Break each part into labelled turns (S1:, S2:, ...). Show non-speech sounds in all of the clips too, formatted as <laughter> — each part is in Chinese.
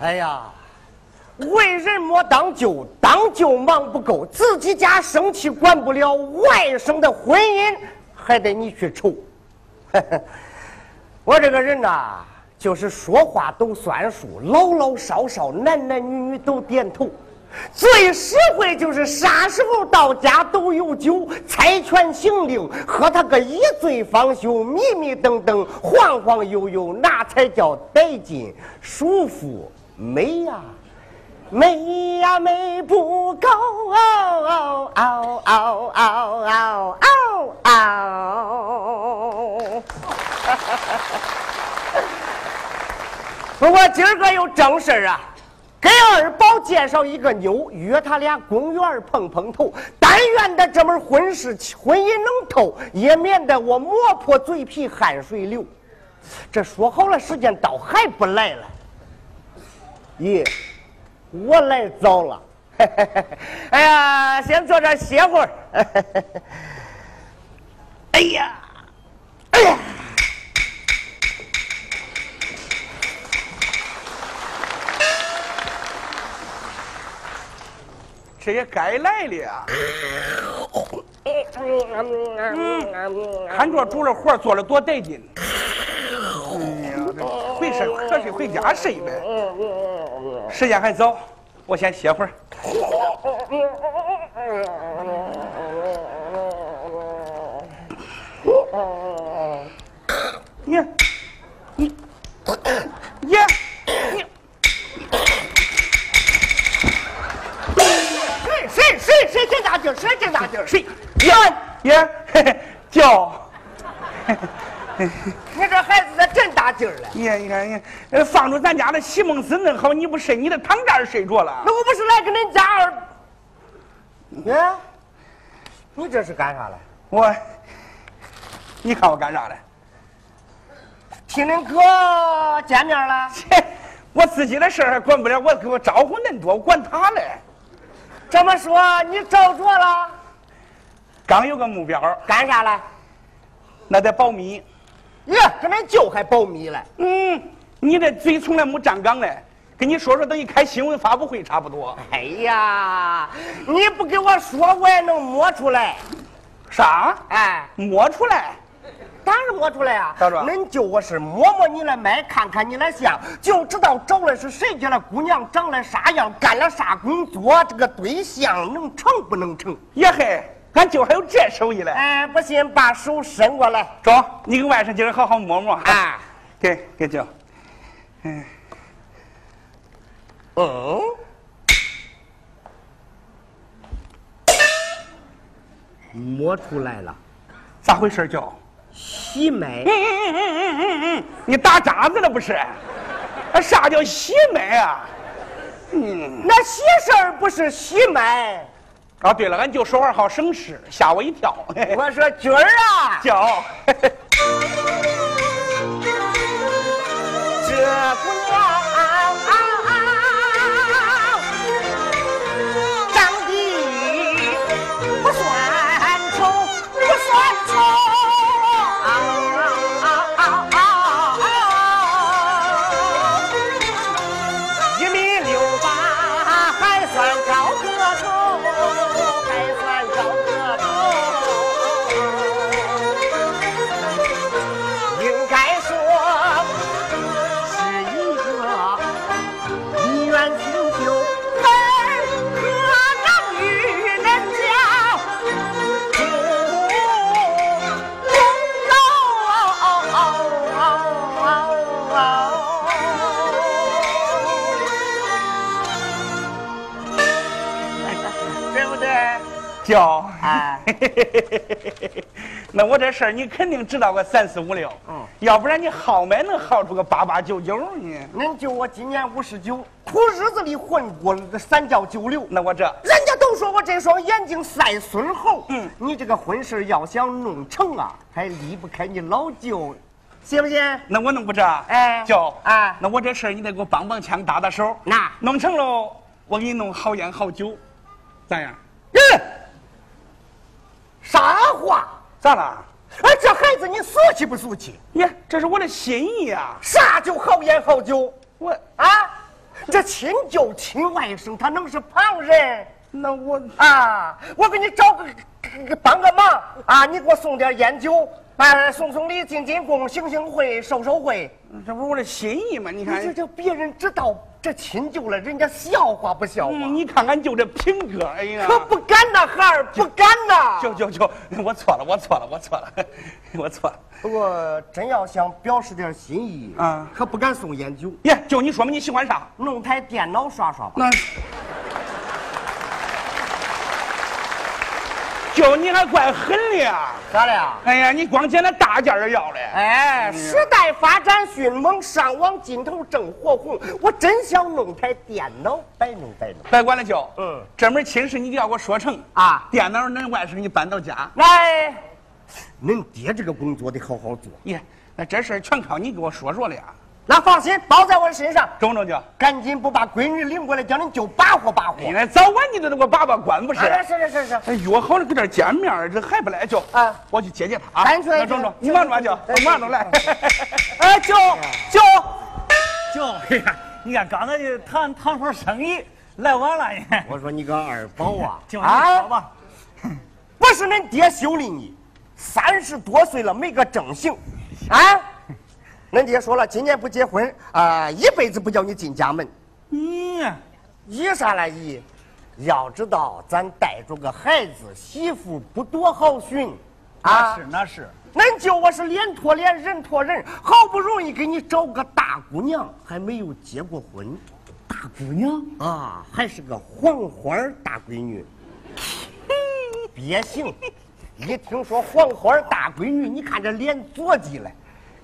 S1: 哎呀，为人莫当舅，当舅忙不够，自己家生气管不了，外甥的婚姻还得你去愁。我这个人呐、就是说话都算数，老老少少、男男女女都点头。最实惠就是啥时候到家都有酒，猜拳行令，喝他个一醉方休，迷迷瞪瞪，晃晃悠悠，那才叫得劲、舒服、美呀、美呀、美不哦够，嗷嗷嗷嗷嗷嗷嗷嗷。不过今儿个有正事儿啊，给二宝介绍一个妞，约他俩公园碰碰头。但愿的这门婚事婚姻能透，也免得我磨破嘴皮汗水流。这说好了时间到还不来了，咦，我来早了。 <laughs> 哎呀，先坐这儿歇会儿。哎呀，哎呀。
S2: 这也该来了呀！看这主了活儿做的多带劲！哎呀，这回身瞌睡回家睡呗。时间还早，我先歇会儿。你，你，呀，你，
S1: 谁谁谁谁真大劲儿，谁真大劲儿，谁？
S2: 呀，呀，嘿嘿，叫。
S1: 你这孩子他真大劲儿了。
S2: 你看，你看，你看，呃放着咱家的席梦思恁好，你不睡你的躺这儿睡着了。
S1: 那我不是来跟恁家二？
S2: 嗯
S1: 哎，你这是干啥来？
S2: 我，你看我干啥嘞？
S1: 听恁哥见面了？
S2: 切，我自己的事儿还管不了，我给我招呼恁多，我管他嘞。
S1: 这么说你找着了？
S2: 刚有个目标，
S1: 干啥来？
S2: 那得保密。
S1: 耶，跟恁舅还保密嘞？
S2: 嗯，你这嘴从来没站岗嘞，跟你说说，等于开新闻发布会差不多。
S1: 哎呀，你不给我说，我也能摸出来。
S2: 啥？
S1: 哎，
S2: 摸出来？
S1: 当然摸出来啊！
S2: 大壮
S1: 恁舅我是摸摸你的脉，看看你的相，就知道找的是谁家的姑娘，长得啥样，干了啥工作，这个对象能成不能成？
S2: 呀嘿，俺舅还有这手艺嘞。
S1: 哎，不信把手伸过来。
S2: 中，你跟外甥今儿好好摸摸。啊，
S1: 啊，
S2: 给给舅。嗯，
S1: 嗯，摸出来了，
S2: 咋回事，舅？
S1: 喜脉
S2: 嗯嗯嗯嗯嗯嗯， <laughs> 你打渣子了不是？啊啥叫喜脉啊？嗯。
S1: 那喜事儿不是喜脉。
S2: 啊，对了，俺舅说话好省事，吓我一跳。 <laughs>
S1: 我说军儿啊，
S2: 舅，
S1: 这姑娘长得不算丑，不算丑。一米六八还算高个头，还算高个头。应该说是一个一元新秀，很可长于人家不不高，对不对？
S2: 舅，
S1: 哎，
S2: <laughs> 那我这事儿你肯定知道个三四五六，
S1: 嗯
S2: 要不然你号脉能号出个八八九九呢？
S1: 恁就我今年五十九，苦日子里混过了三教九流。
S2: 那我这
S1: 人家都说我这双眼睛赛孙猴。
S2: 嗯
S1: 你这个婚事要想弄成啊，还离不开你老舅，信不信？
S2: 那我弄不这？
S1: 哎
S2: 舅，
S1: 哎
S2: 那我这事儿你得给我帮帮腔搭搭手。
S1: 那
S2: 弄成喽，我给你弄好烟好酒，咋样？
S1: 嗯，啥话？
S2: 咋了？
S1: 哎，这孩子你俗气不俗气？
S2: 呀，这是我的心意呀、
S1: 啥叫好言好酒
S2: 啊我
S1: 啊？这亲舅亲外甥，他能是旁人
S2: 那我
S1: 啊？我给你找个个个帮个忙啊！你给我送点烟酒，哎，送送礼，进进贡，行行贿，受受贿。
S2: 这不是我的心意吗？你
S1: 你这
S2: 看，
S1: 叫别人知道这亲舅了，人家笑话不笑话？
S2: 嗯，你看看就这品格，哎呀，
S1: 可不敢呐，孩儿不敢呐！
S2: 就就 <laughs> 就，我错了，我错了，我错了， <laughs> 我错了。
S1: 不过真要想表示点心意
S2: 啊
S1: 可不敢送烟酒，
S2: 耶，就你说嘛，你喜欢啥？
S1: 弄台电脑刷刷吧。
S2: 那，就你还怪狠的呀！
S1: 咋了呀？
S2: 哎呀，你光捡那大件儿要嘞。
S1: 哎，时代发展迅猛，上网劲头正火红，我真想弄台电脑摆弄摆弄。
S2: 别管了就，
S1: 嗯
S2: 这门亲事你就要给我说成
S1: 啊
S2: 电脑恁外甥给你搬到家。
S1: 来， <sniffs> 恁爹这个工作得好好做。
S2: 耶，那这事儿全靠你给我说说了呀，
S1: 那放心，包在我身上，
S2: 中不中就？
S1: 赶紧不把闺女领过来，叫恁舅把活把活
S2: 你。那早晚你都得给我把把关不是？
S1: 啊，是是是是，
S2: 哎，约好了搁这儿见面儿，这还不来就？
S1: 啊
S2: 我去接接他啊。
S1: 咱去
S2: 那中中，你忙着吧就，
S1: 咱去
S2: 忙着来。 <laughs>
S3: 哎，舅舅，
S4: 就哎呀，你看刚才就谈谈会儿生意，来晚了也。
S1: 我说你个二宝啊，
S4: 哎就你说吧，
S1: 不是恁爹修理你，三十多岁了没个正形，啊？恁爹说了，今年不结婚啊、一辈子不叫你进家门。
S4: 嗯，
S1: 姨啥来姨？要知道咱带着个孩子，媳妇不多好寻，啊
S4: 那是那是，
S1: 恁舅我是脸托脸，人托人，好不容易给你找个大姑娘，还没有结过婚，
S4: 大姑娘，
S1: 啊，还是个黄花儿大闺女，别姓。一听说黄花儿大闺女，你看这脸着急了，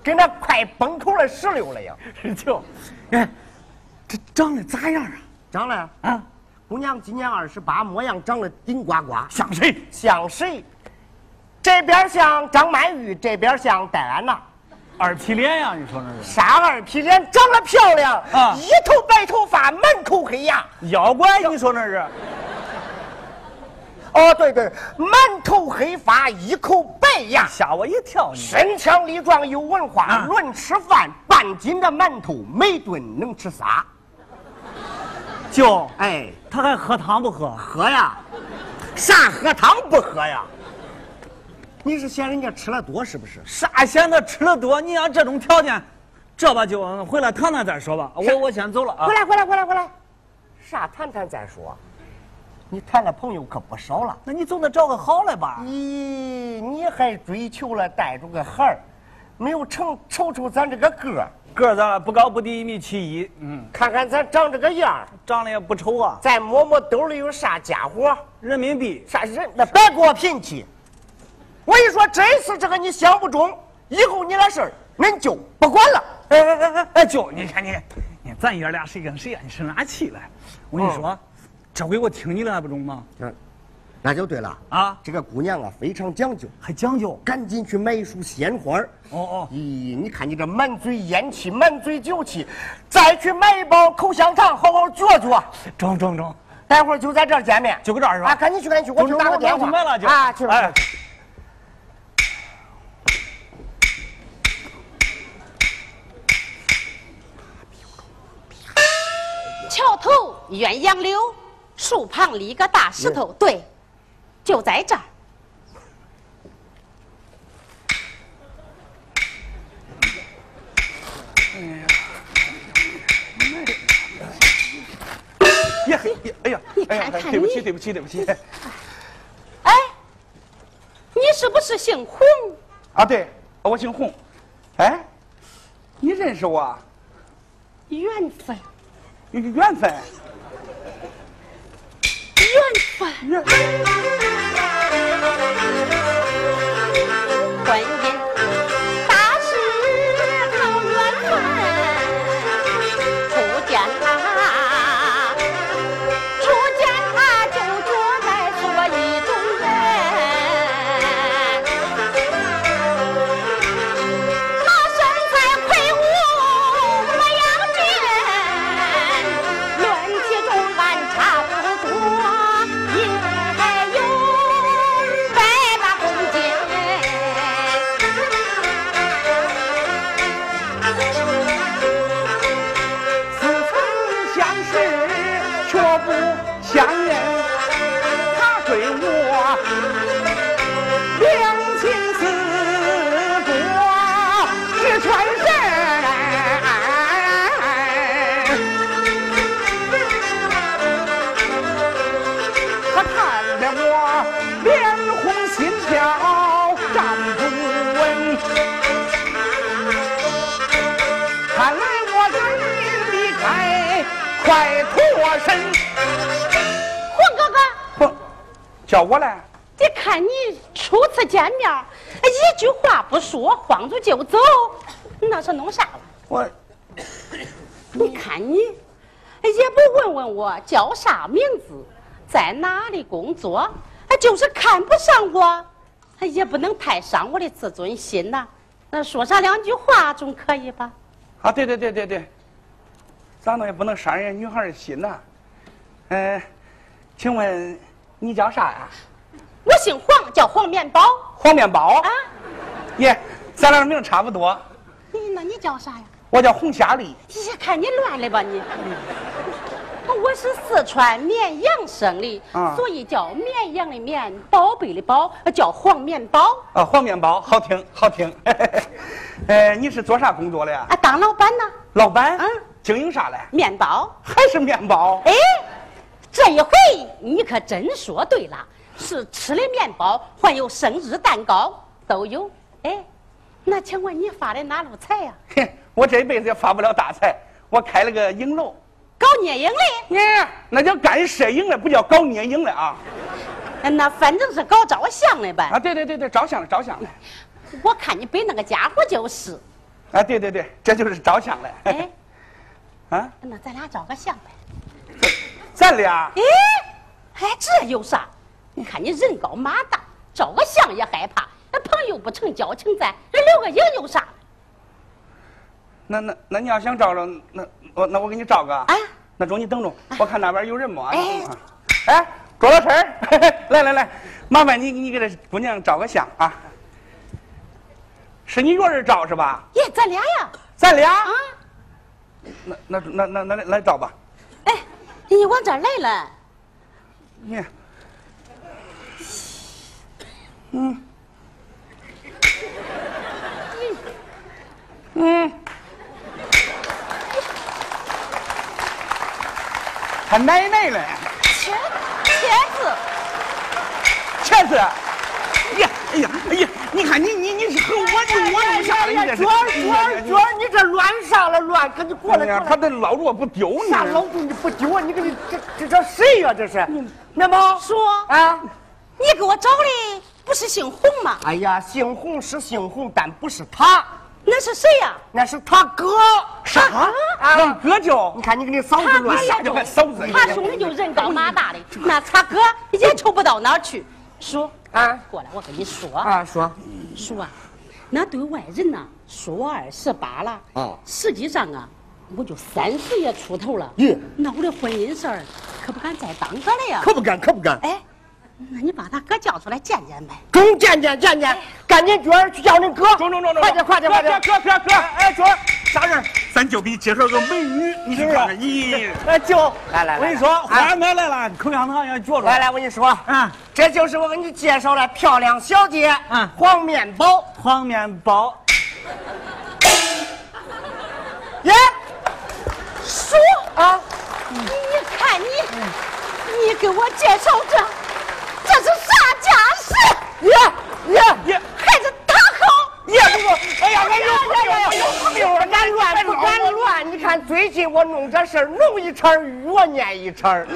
S1: 跟那快崩口的石榴了呀！
S4: 舅，哎，这长得咋样啊？
S1: 长了，
S4: 啊，
S1: 姑娘今年二十八，模样长得顶呱呱。
S4: 像谁？
S1: 像谁？这边像张曼玉，这边像戴安娜。
S4: 二皮脸呀？你说那是？
S1: 傻二皮脸长得漂亮
S4: 啊
S1: 一头白头发，满口黑牙。
S4: 妖怪？你说那是？
S1: 哦，对对，满头黑发，一口白牙，
S4: 吓我一跳！你
S1: 身强力壮，有文化。
S4: 啊
S1: 论吃饭，半斤的馒头，每顿能吃仨。
S4: 舅，
S1: 哎，
S4: 他还喝汤不喝？
S1: 喝呀，啥喝汤不喝呀？你是嫌人家吃了多是不是？
S4: 啥嫌他吃的多？你要这种条件，这吧舅，回来谈谈再说吧。我我先走了啊
S1: 回。来，回来，回来，回来，啥谈谈再说。你谈了朋友可不少了。
S4: 那你总得找个好来吧？
S1: 咦，你还追求了带着个孩儿，没有成瞅瞅咱这个个儿，
S4: 个儿咱不高不低，一米七一，嗯，
S1: 看看咱长这个样儿，
S4: 长得也不丑啊。
S1: 再摸摸兜里有啥家伙，
S4: 人民币
S1: 啥人，那别给我贫气。我一说这次这个你想不中，以后你的事儿恁就不管了。
S4: 哎哎哎哎哎，舅，你看你，你咱爷俩谁跟谁呀、你生啥气了？我跟你说，这回我听你的还不中吗？
S1: 那就对了
S4: 啊
S1: 这个姑娘啊非常讲究，
S4: 还讲究？
S1: 赶紧去买一束鲜花儿。
S4: 哦哦，
S1: 咦，你看你这满嘴烟气，满嘴酒气，再去买一包口香糖，好好嚼嚼。
S4: 中中中，
S1: 待会儿就在这儿见面，
S4: 就搁这儿是吧
S1: 啊，赶紧去，赶紧去，我去
S4: 中
S1: 打个
S4: 中
S1: 电话。
S4: 中买了就
S1: 啊，去吧。
S4: 哎
S5: 桥头鸳鸯柳，树旁立个大石头，对，就在这儿。
S2: 呀嘿，呀哎呀
S5: 你，
S2: 哎呀
S5: 看，看
S2: 对不
S5: 你
S2: 起，对不起，对不起。
S5: 哎，你是不是姓洪？
S2: 啊，对，我姓洪。哎，你认识我啊？
S5: 缘分，
S2: 有缘分。
S5: 缘分，
S2: 缘
S5: 婚姻大事靠缘分，初见他，初见他就觉在所意中人。他身材魁梧，模样俊，论起中俺差不多，应该有百把公斤。
S2: 看来我赶紧离开，快脱身！
S5: 胡哥哥，
S2: 不，叫我来。
S5: 得看你初次见面，哎一句话不说，晃着就走，那是弄啥了？
S2: 我
S5: 你看你，哎也不问问我叫啥名字，在哪里工作，哎，就是看不上我，哎也不能太伤我的自尊心呐、那说上两句话总可以吧？
S2: 啊，对对对对对，咱们也不能伤人家女孩儿的心呐、嗯、请问你叫啥呀、
S5: 我姓黄，叫黄面包
S2: 黄面包
S5: 啊。
S2: 耶，咱俩名儿差不多。
S5: 你那你叫啥呀？
S2: 我叫洪霞丽。
S5: 你看你乱了吧你！我是四川绵阳生的，
S2: 啊
S5: 所以叫绵阳的绵，宝贝的宝，叫黄面包
S2: 啊，黄面包，好听，好听。 <laughs> 呃，你是做啥工作的呀？
S5: 啊，当老板呢，
S2: 老板。
S5: 嗯
S2: 经营啥嘞？
S5: 面包。
S2: 还是面包？
S5: 哎，这一回你可真说对了，是吃的面包，还有生日蛋糕都有。哎，那请问你发的哪路财呀、
S2: 嘿，我这辈子也发不了大财，我开了个影楼。
S5: 搞聂营的，
S2: 耶，那叫干摄影了，不叫搞捏影了啊！
S5: 那反正是搞照相的呗。
S2: 啊，对对对对，照相了，照相了。
S5: 我看你背那个家伙就是。
S2: 啊，对对对，这就是照相了。
S5: 哎，
S2: <laughs> 啊，
S5: 那咱俩照个相呗。
S2: 咱俩
S5: 哎，哎，这有啥？你看你人高马大，照个相也害怕，那朋友不成交情在，那留个影有啥？
S2: 那那那你要想照着，那我那我给你照个啊
S5: 啊
S2: 那中你等着，我看那边有人没啊？
S5: 哎
S2: 啊哎，周老师儿， <laughs> 来来来，麻烦你你给这姑娘照个相啊。是你一个人照是吧？
S5: 耶，咱俩呀，
S2: 咱俩
S5: 啊，
S2: 那那那那那来照吧。
S5: 哎，你往这儿来了。
S2: 你，嗯，嗯，他奶奶嘞！
S5: 茄茄子，
S2: 茄子，哎呀，哎呀，哎呀，你看你你你是和我你
S1: 哎
S2: 我弄啥了？你这是
S1: 娟儿娟儿娟儿，你这乱上了乱，可你过来
S2: 哎呀
S1: 过
S2: 他
S1: 来，
S2: 这老着我不丢你。
S1: 下老公你不丢啊？你给你这这这谁呀、这是？
S2: 嗯
S1: 那么
S5: 说
S1: 啊，
S5: 你给我找的不是姓洪吗？
S1: 哎呀，姓洪是姓洪，但不是他，
S5: 那是谁呀、
S1: 那是他哥。
S2: 啥？
S1: 啊
S2: 俺哥叫
S1: 你看你给你嫂子
S5: 他
S1: 乱了。
S5: 你
S2: 下
S5: 俩
S2: 这
S5: 中
S2: 块嫂子
S5: 他兄弟就人高马大的，那他哥也瞅不到哪儿去。叔
S1: 啊
S5: 过来，我跟你说，
S1: 啊，说
S5: 叔啊，那对外人呐、说我二十八了，
S1: 啊
S5: 实际上啊，我就三十也出头了。
S1: 耶
S5: 那我的婚姻事儿可不敢再耽搁了呀。
S1: 可不敢，可不敢。
S5: 哎，那你把他哥叫出来见见呗。
S1: 中见见见见，赶紧娟儿去叫你哥。
S2: 哎中中中中，
S1: 快点快点快点！
S2: 哥哥哥，哎，娟儿啥事儿？
S4: 咱就给你介绍个美女，你去看看。咦，
S1: 哎，就来来，
S4: 我跟你说，
S1: 哎
S4: 花奶来了，口香糖要嚼着。
S1: 来来，我跟你说，
S4: 嗯，
S1: 这就是我给你介绍的漂亮小姐，
S4: 嗯
S1: 黄面包。
S4: 黄面包，
S1: 耶，
S5: 叔
S1: 啊，
S5: 你看你，你给我介绍这，这是啥家世？
S1: 耶耶
S2: 耶
S5: 还是他好？
S2: 耶，不不，哎呀，俺有
S1: 哎呀
S2: 病，我有病，俺
S1: 敢乱不敢
S2: 乱。
S1: 乱？你看最近我弄这事儿，弄一茬儿，越念一茬儿。